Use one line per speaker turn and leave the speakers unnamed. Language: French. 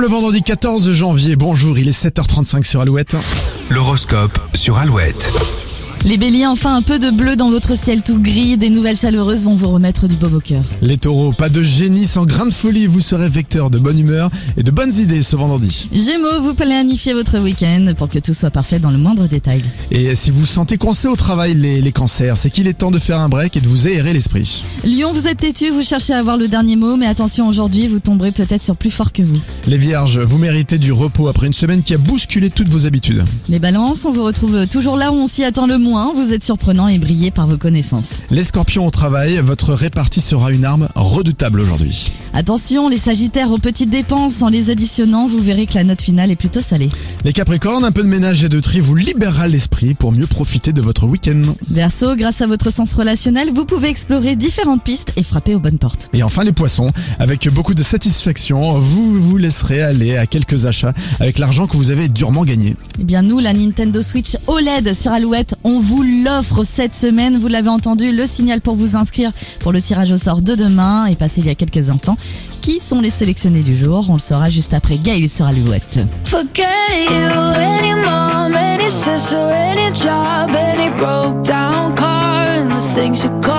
Le vendredi 14 janvier, bonjour, il est 7h35 sur Alouette.
L'horoscope sur Alouette.
Les béliers, enfin un peu de bleu dans votre ciel tout gris, des nouvelles chaleureuses vont vous remettre du baume au cœur.
Les taureaux, pas de génie sans grain de folie, vous serez vecteur de bonne humeur et de bonnes idées ce vendredi.
Gémeaux, vous planifiez votre week-end pour que tout soit parfait dans le moindre détail.
Et si vous sentez coincé au travail les, les cancers, c'est qu'il est temps de faire un break et de vous aérer l'esprit.
Lyon, vous êtes têtu, vous cherchez à avoir le dernier mot, mais attention aujourd'hui, vous tomberez peut-être sur plus fort que vous.
Les vierges, vous méritez du repos après une semaine qui a bousculé toutes vos habitudes.
Les balances, on vous retrouve toujours là où on s'y attend le moins, vous êtes surprenant et brillé par vos connaissances.
Les scorpions au travail, votre répartie sera une arme redoutable aujourd'hui.
Attention, les sagittaires aux petites dépenses, en les additionnant, vous verrez que la note finale est plutôt salée.
Les capricornes, un peu de ménage et de tri vous libérera l'esprit pour mieux profiter de votre week-end.
Verseau, grâce à votre sens relationnel, vous pouvez explorer différentes pistes et frapper aux bonnes portes.
Et enfin les poissons, avec beaucoup de satisfaction, vous vous laisserez aller à quelques achats avec l'argent que vous avez durement gagné.
Eh bien nous, la Nintendo Switch OLED sur Alouette, on vous l'offre cette semaine. Vous l'avez entendu, le signal pour vous inscrire pour le tirage au sort de demain est passé il y a quelques instants. Qui sont les sélectionnés du jour On le saura juste après Gaël sur Alouette.
Forget you, any mom, any sister, any job, any broke down car, and the things you call.